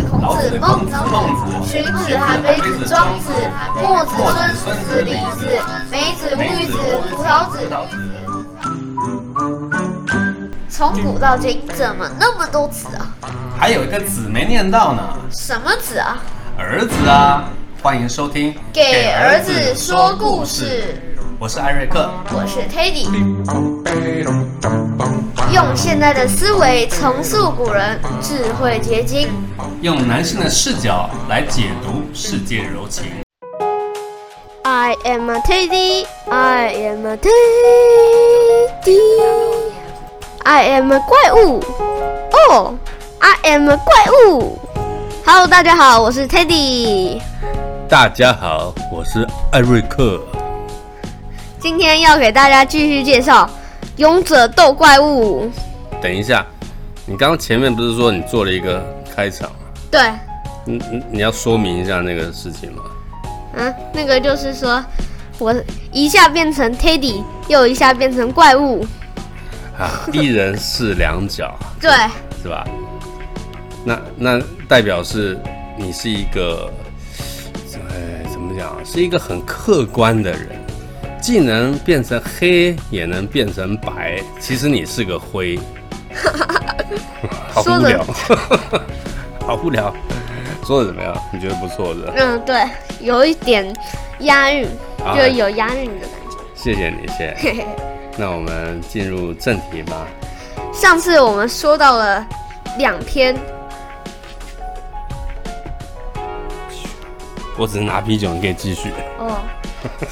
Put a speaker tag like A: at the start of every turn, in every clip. A: 孟子、荀子、韩非子、庄子、墨子、孙子、李子、梅子、木子、葡萄子。从古到今，怎么那么多子啊？
B: 还有一个子没念到呢，
A: 什么子啊？
B: 儿子啊！欢迎收听《
A: 给儿子说故事》，
B: 我是艾瑞克。
A: 我是 Teddy。用现代的思维重塑古人智慧结晶。
B: 用男性的视角来解读世界柔情。
A: I am a teddy. I am a teddy. I am a 怪物。哦、i am a 怪物。Hello，大家好，我是 Teddy。
C: 大家好，我是艾瑞克。
A: 今天要给大家继续介绍勇者斗怪物。
C: 等一下，你刚刚前面不是说你做了一个开场吗？
A: 对，
C: 你你你要说明一下那个事情吗？
A: 嗯，那个就是说我一下变成 Teddy，又一下变成怪物。
C: 啊，一人是两脚，
A: 对，
C: 是吧？那那代表是你是一个，哎，怎么讲？是一个很客观的人，既能变成黑，也能变成白。其实你是个灰， 好
A: 说
C: 无
A: 得
C: 聊， 好无聊。说的怎么样？你觉得不错的？
A: 嗯，对，有一点押韵，
C: 啊
A: 就是有押韵的感觉。
C: 谢谢你，谢谢。
A: 嘿嘿。
C: 那我们进入正题吧。
A: 上次我们说到了两篇，
C: 我只是拿啤酒，你可以继续。
A: 哦，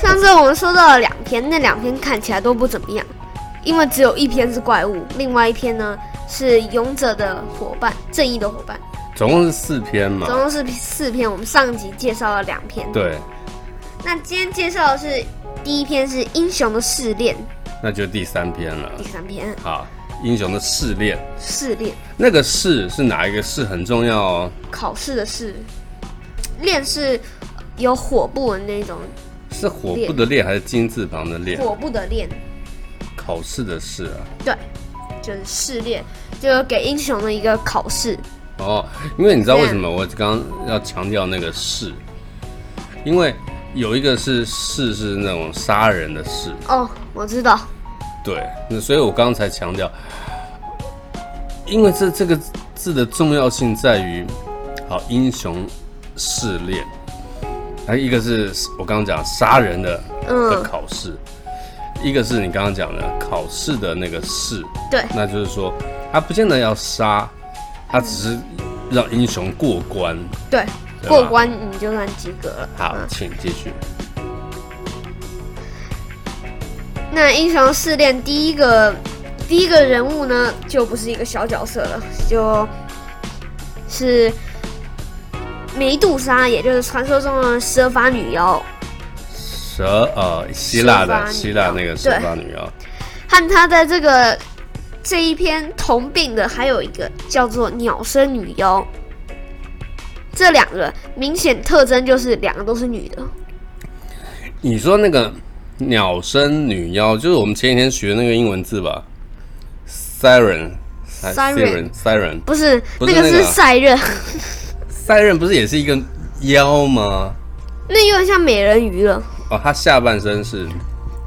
A: 上次我们说到了两篇，那两篇看起来都不怎么样，因为只有一篇是怪物，另外一篇呢是勇者的伙伴，正义的伙伴，
C: 总共是四篇嘛
A: 总？共是四篇。我们上集介绍了两篇，
C: 对，
A: 那今天介绍的是第一篇是英雄的试炼，
C: 那就第三篇了
A: 第。三篇
C: 好，啊英雄的试炼，
A: 试炼
C: 那个试是哪一个试很重要哦。
A: 考试的试，炼是有火部的那种
C: 是火部的炼还是金字旁的炼？
A: 火部的炼，
C: 考试的试啊。
A: 对，就是试炼，就是给英雄的一个考试。
C: 哦，因为你知道
A: 对
C: 为什么我刚刚要强调那个试，因为有一个是试是那种杀人的试，
A: 哦，我知道，
C: 对，那所以我刚才强调，因为这这个字的重要性在于，好英雄试炼，还一个是我刚刚讲杀人的的
A: 嗯，
C: 考试，一个是你刚刚讲的考试的那个试，
A: 对，
C: 那就是说他不见得要杀，他只是让英雄过关。
A: 对，
C: 对吧
A: 过关你就算及格了。
C: 好
A: 嗯，
C: 请继续。
A: 那英雄试炼第一个第一个人物呢，就不是一个小角色了，就是梅杜莎，也就是传说中的蛇发女妖，
C: 蛇呃，希腊
A: 蛇发女
C: 的
A: 妖
C: 希腊那个蛇
A: 对
C: 发女妖，
A: 和她在这个这一篇同病的还有一个叫做鸟身女妖。这两个明显特征就是两个都是女的，
C: 你说那个鸟身女妖，就是我们前几天学的那个英文字吧？siren。
A: Siren
C: siren
A: 不是
C: 不
A: 那
C: 是
A: 个
C: 那
A: 是
C: 个啊
A: 赛壬，
C: siren 不是也是一个妖吗？
A: 那有点像美人鱼了。
C: 哦，它下半身是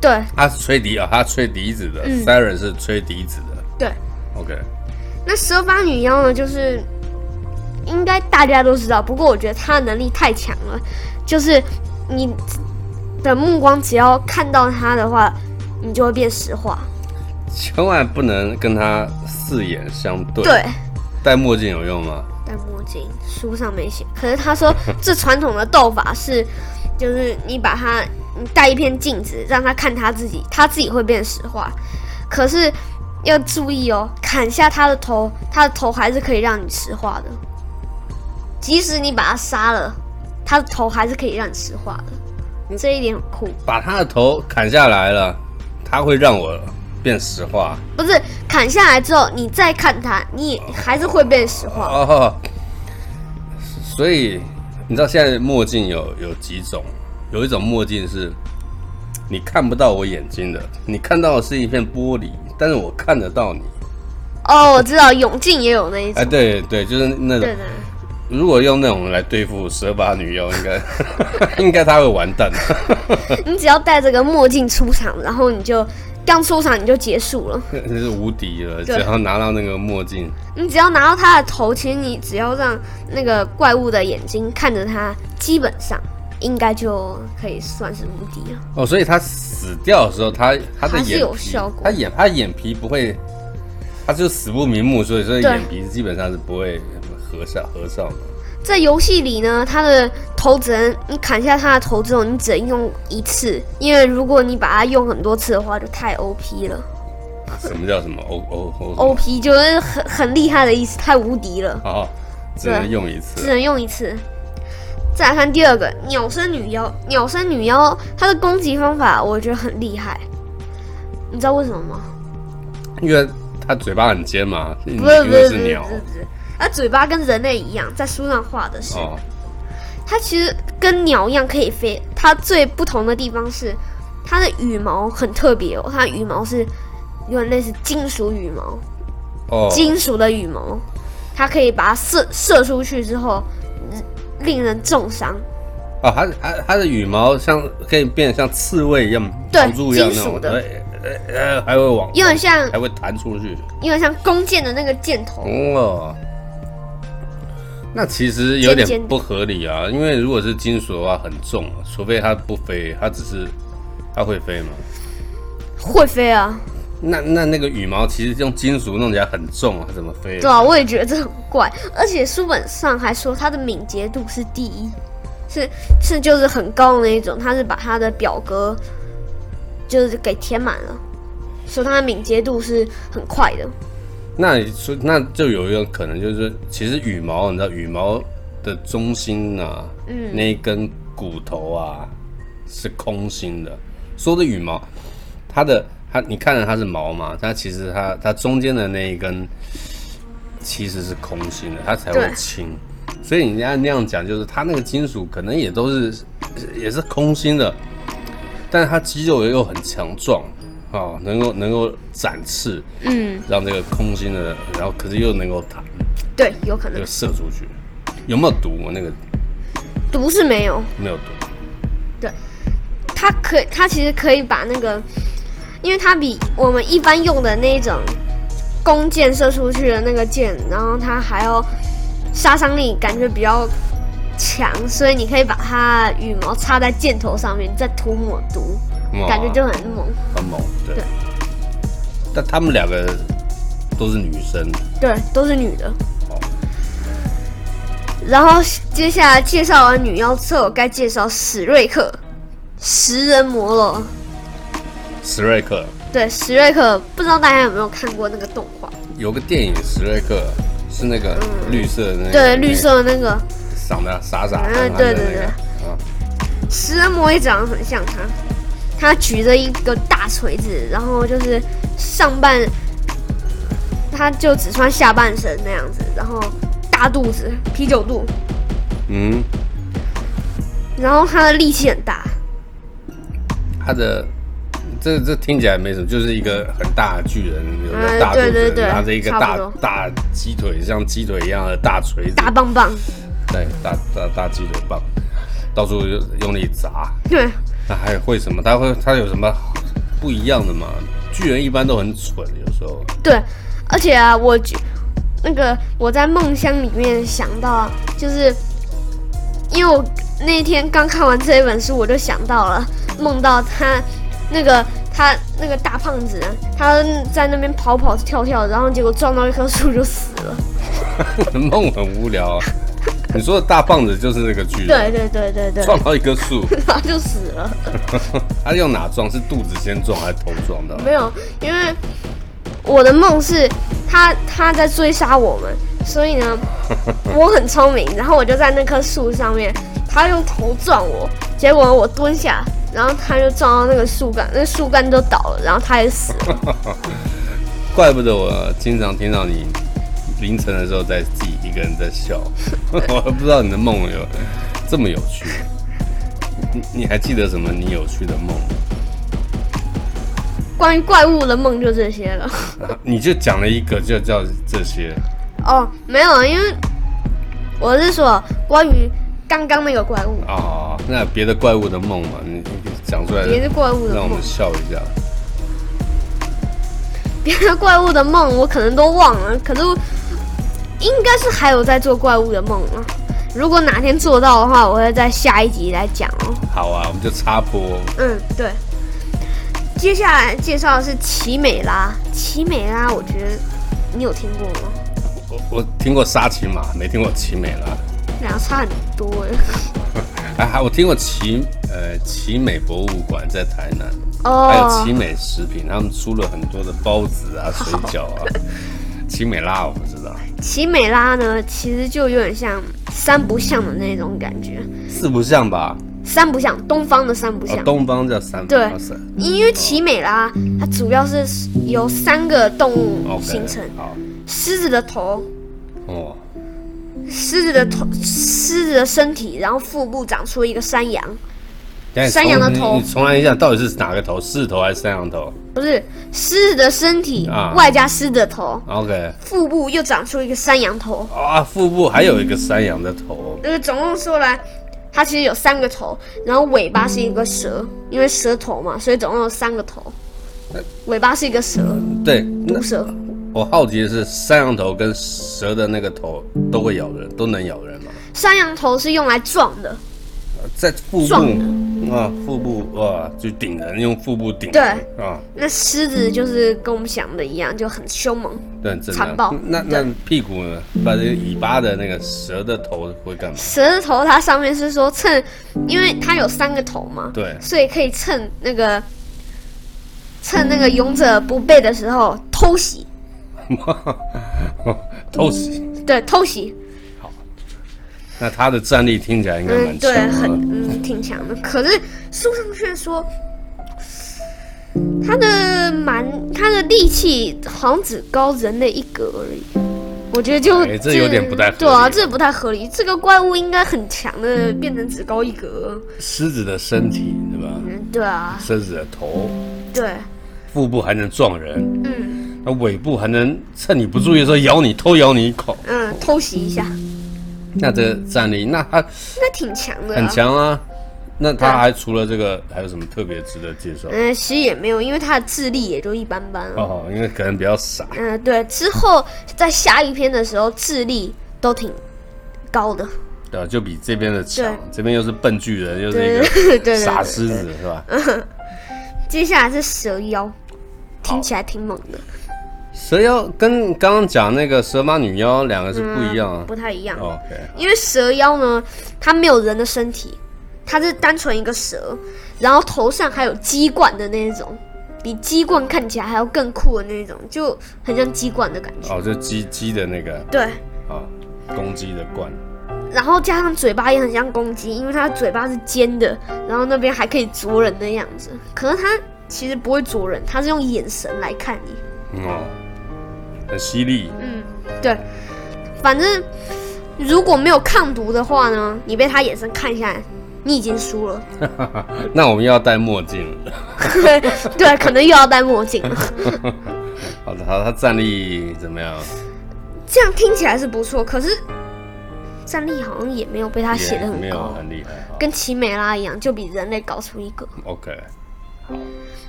A: 对
C: 它是吹笛啊、哦，它吹笛子的、
A: 嗯
C: siren 是吹笛子的。
A: 对，
C: OK，
A: 那蛇发女妖呢，就是应该大家都知道，不过我觉得她的能力太强了，就是你的目光只要看到她的话，你就会变石化。
C: 千万不能跟它四眼相对。
A: 对，
C: 戴墨镜有用吗？
A: 戴墨镜，书上没写。可是他说这传统的斗法是，就是你把它你戴一片镜子，让他看他自己，他自己会变石化。可是要注意哦，砍下他的头，他的头还是可以让你石化的。即使你把他杀了，他的头还是可以让你石化的。这一点很酷，
C: 把它的头砍下来了，它会让我变石化。
A: 不是砍下来之后，你再看他，你也还是会变石化。
C: 哦，所以你知道现在墨镜有有几种？有一种墨镜是你看不到我眼睛的，你看到的是一片玻璃，但是我看得到你。
A: 哦，我知道，永靖也有那一
C: 哎，
A: 种。
C: 对对，就是那
A: 对
C: 种
A: 的，
C: 如果用那种来对付蛇发女妖，应该 应该他会完蛋。
A: 你只要戴着个墨镜出场，然后你就刚出场你就结束了。
C: 那是无敌了，只
A: 对
C: 要拿到那个墨镜，
A: 你只要拿到他的头，其实你只要让那个怪物的眼睛看着他，基本上应该就可以算是无敌了。
C: 哦，所以他死掉的时候，他他的
A: 还是
C: 眼
A: 有
C: 皮
A: 效果
C: 他眼他眼皮不会，他就死不瞑目，所以说
A: 对
C: 眼皮基本上是不会合上合上的。
A: 在游戏里呢，他的头只能你砍下他的头之后，你只能用一次，因为如果你把它用很多次的话，就太 OP 了。
C: 什么叫什么 O O O？
A: OP 就是很很厉害的意思，太无敌了，
C: 哦，只能用一
A: 只
C: 次。
A: 能用一次。再来看第二个鸟身女妖，鸟身女妖她的攻击方法我觉得很厉害，你知道为什么吗？
C: 因为它嘴巴很尖嘛，嗯因
A: 不是不
C: 为
A: 是
C: 是
A: 不是
C: 鸟
A: 不是不是，它嘴巴跟人类一样，在书上画的是，
C: 哦，
A: 它其实跟鸟一样可以飞。它最不同的地方是，它的羽毛很特别哦，它的羽毛是有点类似金属羽毛，
C: 哦，
A: 金属的羽毛，它可以把它射射出去之后，嗯令人重伤。
C: 哦，它它它的羽毛像可以变得像刺猬一样，
A: 对
C: 绑住一样那
A: 金
C: 种
A: 属的
C: 对呃呃还会往，
A: 有点像
C: 还会弹出去。
A: 有点像弓箭的那个箭头，
C: 哦，那其实有
A: 尖尖
C: 点
A: 的
C: 不合理啊，因为如果是金属的话很重啊，除非它不飞，它只是它会飞嘛。
A: 会飞啊，
C: 那那那个羽毛其实用金属弄起来很重啊，它怎么飞？
A: 对啊，我也觉得这很怪。而且书本上还说它的敏捷度是第一，是是就是很高的那一种，它是把它的表格就是给填满了，所以它的敏捷度是很快的。
C: 那你说那就有一个可能就是，其实羽毛你知道羽毛的中心啊，
A: 嗯
C: 那一根骨头啊是空心的。说的羽毛，它的它你看着它是毛嘛，它其实它它中间的那一根其实是空心的，它才会
A: 对
C: 轻。所以人家那样讲，就是它那个金属可能也都是也是空心的，但是它肌肉又很强壮啊、能够能够展翅。
A: 嗯，
C: 让这个空心的，然后可是又能够弹，
A: 对，有可能
C: 又射出去，有没有毒？我那个
A: 毒是没有，
C: 没有毒，
A: 它可它其实可以把那个，因为它比我们一般用的那种弓箭射出去的那个箭，然后它还要杀伤力感觉比较强，所以你可以把它羽毛插在箭头上面，再涂抹毒，
C: 哇
A: 感觉就很猛。
C: 很猛。对，
A: 对
C: 但他们两个都是女生，
A: 对，都是女的
C: 哦。
A: 然后接下来介绍完女妖之后，该介绍史瑞克，食人魔了。
C: 史瑞克
A: 对，史瑞克，不知道大家有没有看过那个动画？
C: 有个电影，史瑞克是那个绿色的那个，
A: 嗯对，绿色的那个
C: 长得傻傻憨
A: 嗯
C: 憨的
A: 对对
C: 那个，啊，
A: 食人魔也长得很像他，他举着一个大锤子，然后就是上半，他就只穿下半身那样子，然后大肚子，啤酒肚，
C: 嗯，
A: 然后他的力气很大，
C: 他的。这这听起来没什么，就是一个很大的巨人，有个
A: 嗯
C: 大肚子，
A: 对对对
C: 拿着一个
A: 差不
C: 大
A: 多
C: 大鸡腿，像鸡腿一样的大锤子，
A: 大棒棒，
C: 对，大大大鸡腿棒，到处就用力砸。
A: 对，
C: 那还会什么？他会他有什么不一样的吗？巨人一般都很蠢，有时候
A: 对，而且啊，我觉那个我在梦乡里面想到啊，就是因为我那天刚看完这一本书，我就想到了梦到他那个他那个大胖子啊，他在那边跑跑跳跳，然后结果撞到一棵树就死了。
C: 梦很无聊、啊。你说的大棒子就是那个巨人，
A: 对对对对对，
C: 撞到一棵树，
A: 然后就死了。
C: 他用哪撞？是肚子先撞还是头撞到？
A: 没有，因为我的梦是他他在追杀我们，所以呢，我很聪明，然后我就在那棵树上面，他用头撞我，结果我蹲下，然后他就撞到那个树干，那树干就倒了，然后他也死了。
C: 怪不得我经常听到你凌晨的时候在自己一个人在笑， 我还不知道你的梦有这么有趣。你你还记得什么你有趣的梦吗？
A: 关于怪物的梦就这些了。
C: 你就讲了一个，就叫这些
A: 哦，没有，因为啊我是说关于刚刚那个怪物，
C: 啊，那别的怪物的梦嘛，你你讲出来，
A: 别的怪物的
C: 让我
A: 梦
C: 们，笑一下。
A: 别的怪物的梦我可能都忘了，可是应该是还有在做怪物的梦啊。如果哪天做到的话，我会在下一集来讲哦。
C: 好啊，我们就插播。
A: 嗯，对。接下来介绍的是奇美拉，奇美拉，我觉得你有听过吗？
C: 我我听过沙琪玛，没听过奇美拉。
A: 两个差很多哎。
C: 哎、还我听过奇呃奇美博物馆在台南，
A: 哦，
C: 还有奇美食品，他们出了很多的包 子啊、水饺啊。奇美拉我不知道，
A: 奇美拉呢，其实就有点像三不像的那种感觉，
C: 四不像吧？
A: 三不像，东方的三不像
C: 哦，。东方叫三
A: 对
C: 方省。
A: 因为奇美拉它主要是由三个动物
C: OK，
A: 形成：
C: 好
A: 狮子的头、
C: 哦，
A: 狮子的头、狮子的身体，然后腹部长出一个山羊，
C: 等一下
A: 山羊的
C: 你
A: 头
C: 你重来一下，到底是哪个头？狮子头还是山羊头
A: 不是狮子的身体、
C: 啊
A: 外加狮子的头，
C: ？OK，
A: 腹部又长出一个山羊头。
C: 啊，腹部还有一个山羊的头，
A: 那个总共说来，它其实有三个头，然后尾巴是一个蛇，因为蛇头嘛，所以总共有三个头，尾巴是一个蛇，
C: 对，那
A: 毒蛇。
C: 我好奇的是，山羊头跟蛇的那个头都会咬人，都能咬人吗？
A: 山羊头是用来撞的，
C: 在腹
A: 撞
C: 部啊，腹部啊，就顶人，用腹部顶人。
A: 对
C: 啊，
A: 那狮子就是跟我们想的一样，就很凶猛。
C: 对，很正
A: 残暴
C: 常。那那屁股呢？把这个尾巴的那个蛇的头会干嘛？
A: 蛇的头它上面是说趁，因为它有三个头嘛，
C: 对
A: 所以可以趁那个趁那个勇者不备的时候偷袭，
C: 偷袭。
A: 对，偷袭，
C: 那它的战力听起来应该
A: 嗯，
C: 蛮强
A: 对，
C: 的。
A: 很嗯挺强的。可是书上却说，他的蛮他的力气好像只高人类一格而已。我觉得就
C: 哎这有点不太合理
A: 对啊，这不太合理。这个怪物应该很强的，变成只高一格。
C: 狮子的身体对吧？
A: 嗯，对啊，
C: 狮子的头，
A: 对，
C: 腹部还能撞人，
A: 嗯
C: 那尾部还能趁你不注意的时候咬你，偷咬你一口。
A: 嗯，偷袭一下，嗯
C: 那这战力，那它
A: 那挺强的、啊。
C: 很。强啊。那
A: 对
C: 它还除了这个，还有什么特别值得介绍？
A: 嗯，其实也没有，因为他的智力也就一般般啊。
C: 哦，因为可能比较傻。
A: 嗯，对，之后在下一篇的时候，智力都挺高的。
C: 对，就比这边的强
A: 对，
C: 这边又是笨巨人，又
A: 对
C: 是
A: 对
C: 一
A: 对
C: 个傻
A: 对
C: 狮子，是吧？
A: 接下来是蛇妖，听
C: 好
A: 起来挺猛的，
C: 蛇妖跟刚刚讲那个蛇马女妖两个是不一样啊
A: 不。太一样。
C: OK，
A: 因为蛇妖呢，它没有人的身体，它是单纯一个蛇，然后头上还有鸡冠的那种，比鸡冠看起来还要更酷的那种，就很像鸡冠的感觉。
C: 哦，就鸡鸡的那个
A: 对，
C: 啊，公鸡的冠。
A: 然后加上嘴巴也很像公鸡，因为它的嘴巴是尖的，然后那边还可以啄人的样子。可是它其实不会啄人，它是用眼神来看你。
C: 嗯哦，很犀利。
A: 嗯，对，反正如果没有抗毒的话呢，你被他眼神看下来，你已经输 了。
C: 那我们要戴墨镜了。
A: 对，可能又要戴墨 镜了。
C: 好的，好，它战力怎么样？
A: 这样听起来是不错，可是战力好像也没有被他写
C: 也
A: 的
C: 没
A: 很
C: 有
A: 高，
C: 很厉害。好
A: 跟奇美拉一样，就比人类高出一个。
C: OK，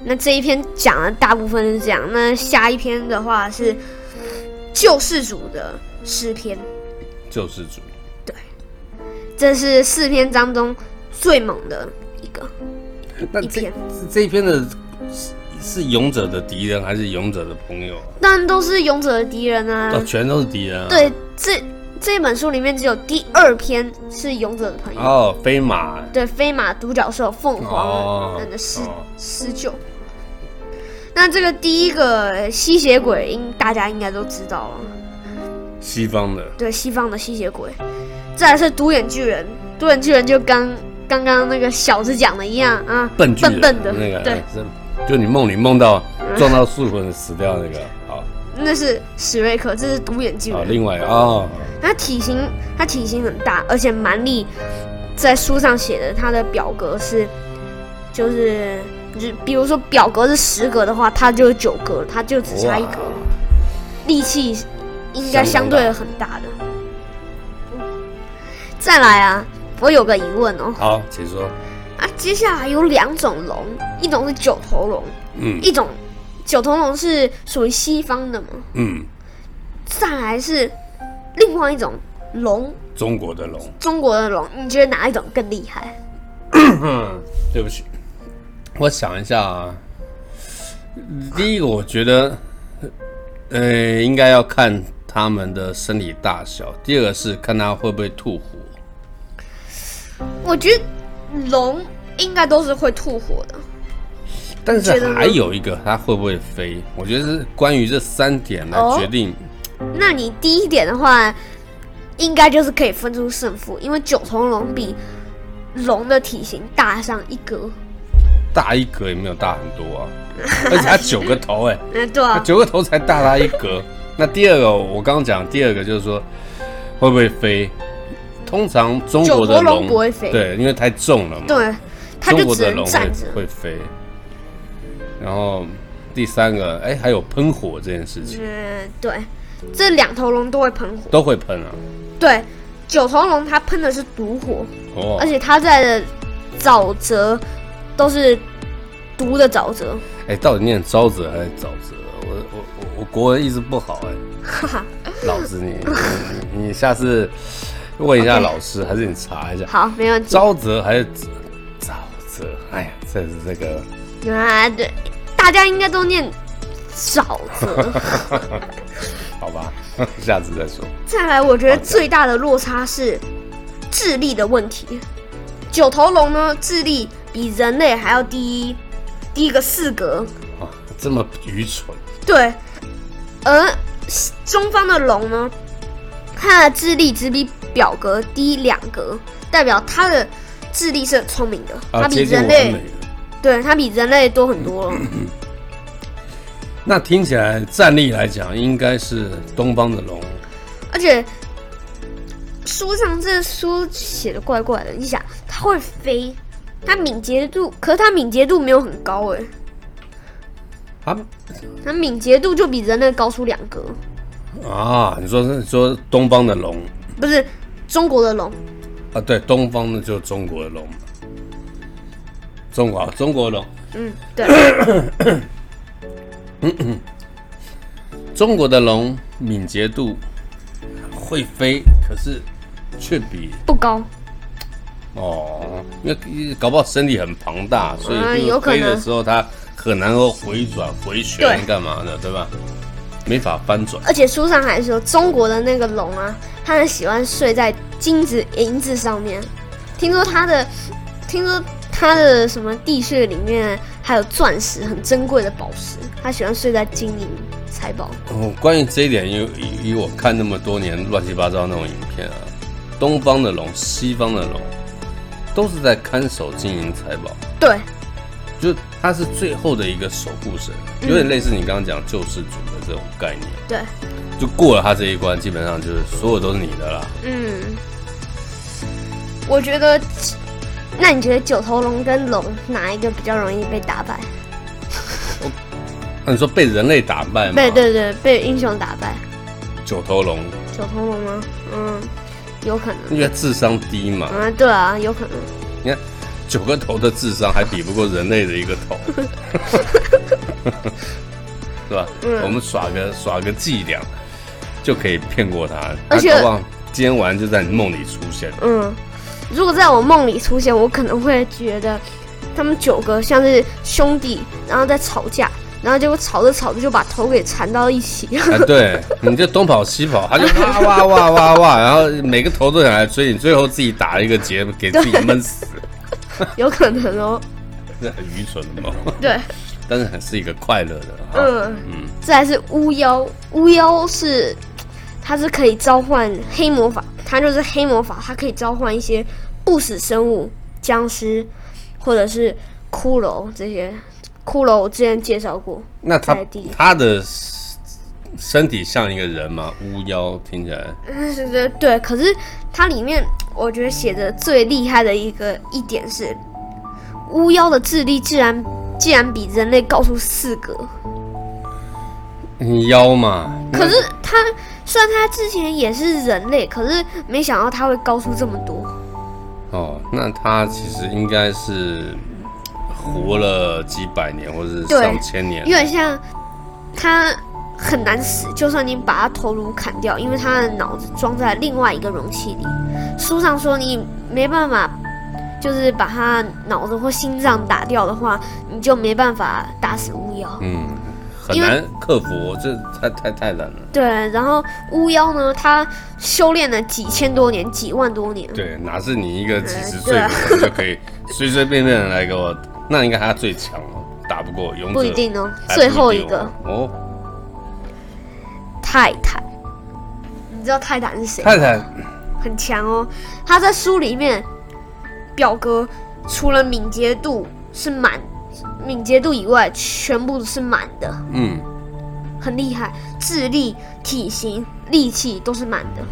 A: 那这一篇讲的大部分是这样，那下一篇的话是救世主的诗篇，
C: 救世主。
A: 这是四篇当中最猛的一个。
C: 那
A: 一
C: 这
A: 篇
C: 这这一篇的是是勇者的敌人还是勇者的朋友啊？
A: 当然都是勇者的敌人啊，
C: 哦，全都是敌人啊。
A: 对，这这本书里面只有第二篇是勇者的朋友，
C: 哦，飞马
A: 对，飞马、独角兽、凤凰
C: 哦
A: 人的施
C: 哦
A: 施救。那这个第一个呃吸血鬼应大家应该都知道了，
C: 西方的
A: 对，西方的吸血鬼。再来是独眼巨人，独眼巨人就刚刚刚那个小子讲的一样啊，
C: 笨巨人
A: 笨笨的，
C: 那个，
A: 对，嗯
C: 是就你梦里梦到撞到树魂死掉那个，好，
A: 那是史瑞克，这是独眼巨
C: 好，
A: 人。
C: 另外哦，
A: 他体型他体型很大，而且蛮力，在书上写的他的表格是，就是就比如说表格是十格的话，他就有九格，他就只差一格，力气应该相对很大的。再来啊，我有个疑问哦，
C: 好，请说。
A: 啊，接下来有两种龙，一种是九头龙，
C: 嗯
A: 一种九头龙是属于西方的嘛，
C: 嗯，
A: 再来是另外一种龙，
C: 中国的龙，
A: 中国的龙，你觉得哪一种更厉害？
C: 嗯对不起，我想一下啊。第一个，我觉得，呃，应该要看它们的身体大小；第二个是看它会不会吐火。
A: 我觉得龙应该都是会吐火的。
C: 但
A: 觉得
C: 是
A: 呢
C: 还有一个，它会不会飞？我觉得是关于这三点来
A: 哦
C: 决定。
A: 那你第一点的话，应该就是可以分出胜负，因为九头龙比龙的体型大上一格。
C: 大一格也没有大很多啊，而且它九个头哎、
A: 嗯，对
C: 它
A: 啊，
C: 九个头才大它一格。那第二个，我刚刚讲第二个就是说会不会飞？通常中国的
A: 九头龙不会飞
C: 对，因为太重了嘛。
A: 对，它
C: 中
A: 就
C: 国
A: 只
C: 的
A: 能
C: 龙
A: 站
C: 会
A: 着。
C: 会飞。然后第三个，哎，还有喷火这件事情，
A: 嗯，对，这两头龙都会喷火。
C: 都会喷啊。
A: 对，九头龙它喷的是毒火，而
C: 哦，
A: 且它在的沼泽都是毒的沼泽。
C: 哎，到底念沼泽还是沼泽？我我我我国文一直不好哎。
A: 哈哈，
C: 老师你，你你下次问一下
A: OK
C: 老师，还是你查一下，
A: 好，没问题。
C: 沼泽还是沼沼泽？哎呀，这是这个
A: 啊，对，大家应该都念沼 泽。
C: 好吧， 下次再说。
A: 再来，我觉得最大的落差是智力的问题。九头龙呢，智力比人类还要低，低个四格。
C: 啊，这么愚蠢，
A: 对，而中方的龙呢，它的智力只比表格低两格，代表它的智力是很聪明的，
C: 啊，
A: 它比
C: 接近
A: 人
C: 完
A: 类
C: 美了。
A: 对它比人类多很多了。
C: 那听起来战力来讲，应该是东方的龙。
A: 而且书上这书写的怪怪的，你想它会飞，它敏捷度，可是它敏捷度没有很高哎，
C: 啊
A: 它敏捷度就比人类高出两格，
C: 啊，你说是说东方的龙
A: 不是中国的龙，
C: 啊？对，东方的就是中国的龙，中国啊中国龙，
A: 嗯，对，
C: 中国的龙敏捷度会飞，可是却比
A: 不高，
C: 哦，因为搞不好身体很庞大，所以
A: 嗯
C: 就是
A: 有可
C: 飞的
A: 能
C: 时候它很难够回转、回旋
A: 对
C: 干嘛的，对吧？没法翻转。
A: 而且书上还说中国的那个龙啊，它很喜欢睡在金子、银子上面，听说它的，听说。它的什么地穴里面还有钻石，很珍贵的宝石。它喜欢睡在金银财宝。
C: 哦，关于这一点，因为以以我看那么多年乱七八糟那种影片啊，东方的龙、西方的龙，都是在看守金银财宝，
A: 对，
C: 就是它是最后的一个守护神，有
A: 嗯
C: 点类似你刚刚讲救世主的这种概念。
A: 对，
C: 就过了它这一关，基本上就是所有都是你的啦。
A: 嗯，我觉得，那你觉得九头龙跟龙哪一个比较容易被打败？
C: 那你说被人类打败吗？
A: 被，对对，被英雄打败，
C: 九头龙，
A: 九头龙吗？嗯，有可能。
C: 因为它智商低嘛，
A: 啊，对啊，有可能。
C: 你看九个头的智商还比不过人类的一个头， 是吧？
A: 嗯
C: 我们耍个耍个伎俩就可以骗过他，
A: 而且
C: 他搞不好今天晚上就在你梦里出现。
A: 嗯，如果在我梦里出现，我可能会觉得他们九个像是兄弟，然后在吵架，然后结果吵着吵着就把头给缠到一起。
C: 啊，对， 你就东跑西跑，他就哇哇哇哇哇，然后每个头都想来追你，最后自己打了一个结，给自己闷死，
A: 有可能哦。
C: 这很愚蠢 的梦，
A: 对，
C: 但是很是一个快乐的。啊
A: 嗯。
C: 嗯，
A: 再来是巫妖，巫妖是它是可以召唤黑魔法，它就是黑魔法，它可以召唤一些不死生物、僵尸或者是骷髅这些。骷髅我之前介绍过，
C: 那他
A: 在地
C: 他的身体像一个人吗？巫妖听起来。
A: 嗯，对对对。可是它里面我觉得写的最厉害的一个一点是，巫妖的智力竟然竟然比人类高出四格。
C: 嗯妖嘛，
A: 可是它虽然他之前也是人类，可是没想到他会高出这么多。
C: 哦，那他其实应该是活了几百年，或者是
A: 对
C: 上千年
A: 有。点像他很难死，就算你把他头颅砍掉，因为他的脑子装在另外一个容器里。书上说你没办法，就是把他脑子或心脏打掉的话，你就没办法打死巫妖。
C: 嗯，很
A: 因为
C: 难克服，这太太太难了。
A: 对，然后巫妖呢，他修炼了几千多年、几万多年，
C: 对，哪是你一个几十
A: 嗯
C: 岁
A: 对
C: 的
A: 啊
C: 人就可以 随随便便的来给我？那应该他最强了，打不过勇者。
A: 不一定哦。
C: 还不
A: 最
C: 定哦
A: 后一个
C: 哦，
A: 泰坦，你知道泰坦是谁？
C: 太太
A: 很强哦。他在书里面，表哥除了敏捷度是满，敏捷度以外，全部是满的，
C: 嗯，
A: 很厉害。智力、体型、力气都是满的，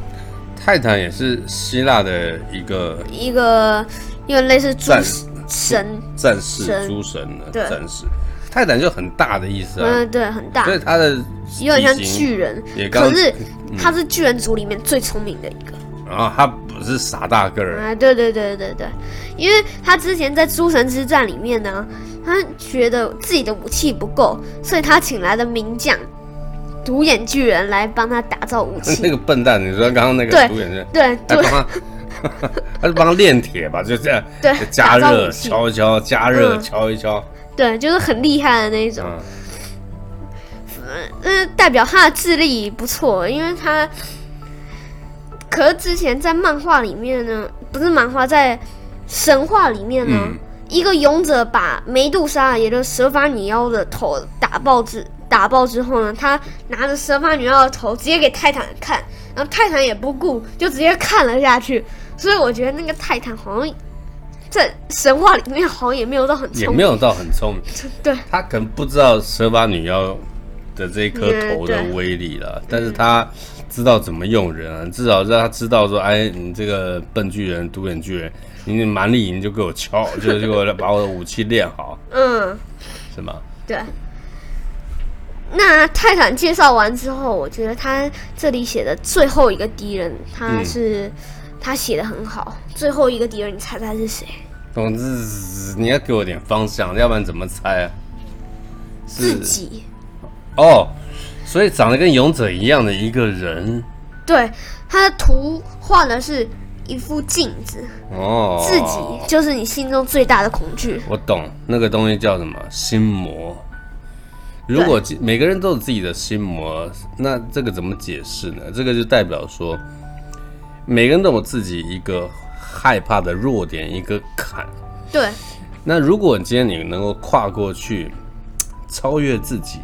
C: 泰坦也是希腊的一个
A: 一个有点类似诸
C: 战
A: 神，
C: 战士，
A: 神
C: 诸神的
A: 对
C: 战士。泰坦就很大的意思啊，
A: 嗯，对，很大
C: 所，以他的
A: 有点像
C: 体型
A: 巨人
C: 也，刚嗯
A: 可是他是巨人族里面最聪明的一个。
C: 然后他不是傻大个儿，
A: 啊，对对对对对，因为他之前在诸神之战里面呢，他觉得自己的武器不够，所以他请来的名将独眼巨人来帮他打造武器。
C: 那个笨蛋，你说刚刚那个
A: 哎对
C: 主演是，
A: 对
C: 他
A: 对
C: 帮他， 他是帮他炼铁吧，就这样
A: 对
C: 加
A: 打造
C: 热
A: 武器
C: 敲一敲，加热
A: 嗯
C: 敲一敲，
A: 对，就是很厉害的那一种。
C: 嗯，
A: 嗯，代表他的智力不错，因为他，可是之前在漫画里面呢，不是漫画，在神话里面呢，
C: 嗯
A: 一个勇者把梅杜莎，也就是蛇发女妖的头打爆之打爆之后呢，他拿着蛇发女妖的头直接给泰坦看，然后泰坦也不顾，就直接看了下去。所以我觉得那个泰坦好像在神话里面好像也没有到很
C: 也
A: 聪
C: 没
A: 明，
C: 有到很聪明，
A: 对
C: 他可能不知道蛇发女妖的这一颗头的
A: 嗯对
C: 威力了，但是他知道怎么用人、啊，至少让他知道说，哎，你这个笨巨人、独眼巨人，你蛮力你就给我敲，就 就给我把我的武器练好，
A: 嗯。
C: 是吗？
A: 对。那泰坦介绍完之后，我觉得他这里写的最后一个敌人，他
C: 嗯
A: 是、他写的很好。最后一个敌人，你猜猜是谁？
C: 总之你要给我点方向，要不然怎么猜啊？是
A: 自己。
C: 哦，所以长得跟勇者一样的一个人
A: 对，他的图画的是一副镜子，
C: 哦，
A: 自己就是你心中最大的恐惧。
C: 我懂那个东西叫什么心魔。如果自每个人都有自己的心魔，那这个怎么解释呢？这个就代表说，每个人都有自己一个害怕的弱点，一个坎。
A: 对，
C: 那如果今天你能够跨过去，超越自己，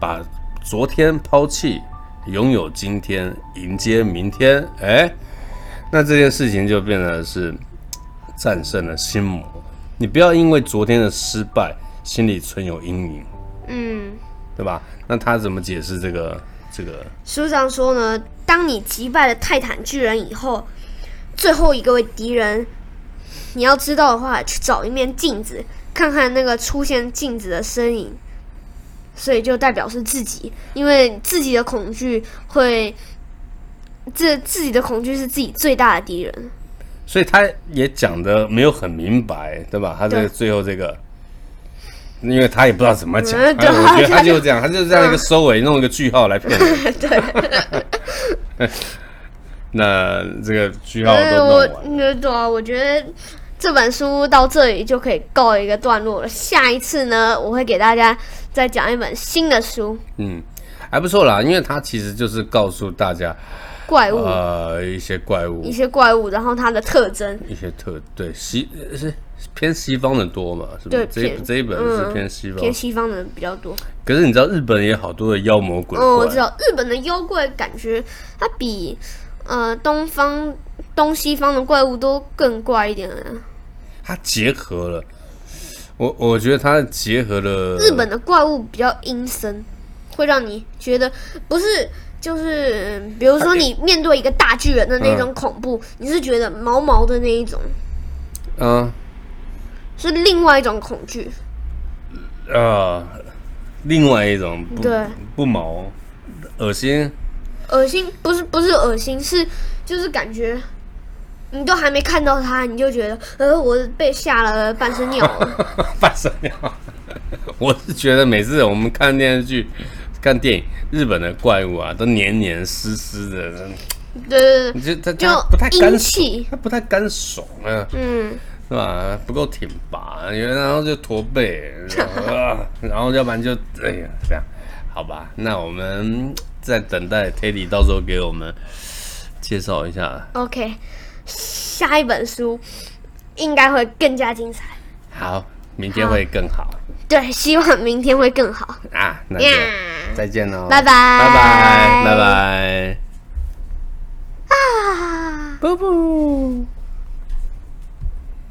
C: 把昨天抛弃，拥有今天，迎接明天，哎，那这件事情就变得是战胜了心魔。你不要因为昨天的失败，心里存有阴影，
A: 嗯，
C: 对吧？那他怎么解释这个这个？
A: 书上说呢，当你击败了泰坦巨人以后，最后一个位敌人，你要知道的话，去找一面镜子，看看那个出现镜子的身影，所以就代表是自己，因为自己的恐惧会，这自己的恐惧是自己最大的敌人。
C: 所以他也讲的没有很明白，对吧？他这
A: 对
C: 个最后这个，因为他也不知道怎么讲，
A: 嗯对
C: 哎我觉得
A: 他
C: 他就这样，他就这样一个收尾，弄一个句号来骗人。
A: 对，
C: 那这个句号
A: 所以
C: 都弄
A: 我
C: 完，
A: 嗯对啊，我觉得这本书到这里就可以告一个段落了。下一次呢，我会给大家再讲一本新的书
C: 嗯，还不错啦，因为他其实就是告诉大家，
A: 《怪物》
C: 呃，一些怪物
A: 嗯一，些怪物，然后它的特征。
C: 一些特对西是偏西方的多嘛，是不
A: 对
C: 是？这一
A: 偏
C: 这一本
A: 嗯
C: 是偏西方
A: 偏，西方的人比较多。
C: 可是你知道日本也有好多的妖魔鬼怪，
A: 嗯，我知道日本的妖怪感觉它比呃东方东西方的怪物都更怪一点啊。
C: 它结合了，我我觉得它结合了
A: 日本的怪物比较阴森，会让你觉得不是。就是嗯比如说，你面对一个大巨人的那种恐怖，你是觉得毛毛的那一种，
C: 嗯
A: 是另外一种恐惧。
C: 啊呃，另外一种不
A: 对
C: 不毛，恶心，
A: 恶心不是不是恶心，是就是感觉你都还没看到他，你就觉得呃我被吓了半身尿 了。
C: 半身尿。 我是觉得每次我们看电视剧、看电影，日本的怪物啊，都黏黏湿湿的，
A: 对对对，
C: 你这它
A: 就
C: 它不太干
A: 阴
C: 爽
A: 气，
C: 它不太干爽啊，
A: 嗯，
C: 是吧？不够挺拔，然后就驼 背，然后啊然后要不然就哎呀这样，好吧？那我们再等待 Teddy 到时候给我们介绍一下。
A: OK，下一本书应该会更加精彩。
C: 好，明天会更好
A: 对，希望明天会更好。
C: 啊！那就
A: 呀，
C: 再见喽，
A: 拜拜
C: 拜拜，拜拜，
A: 啊！
C: 布布。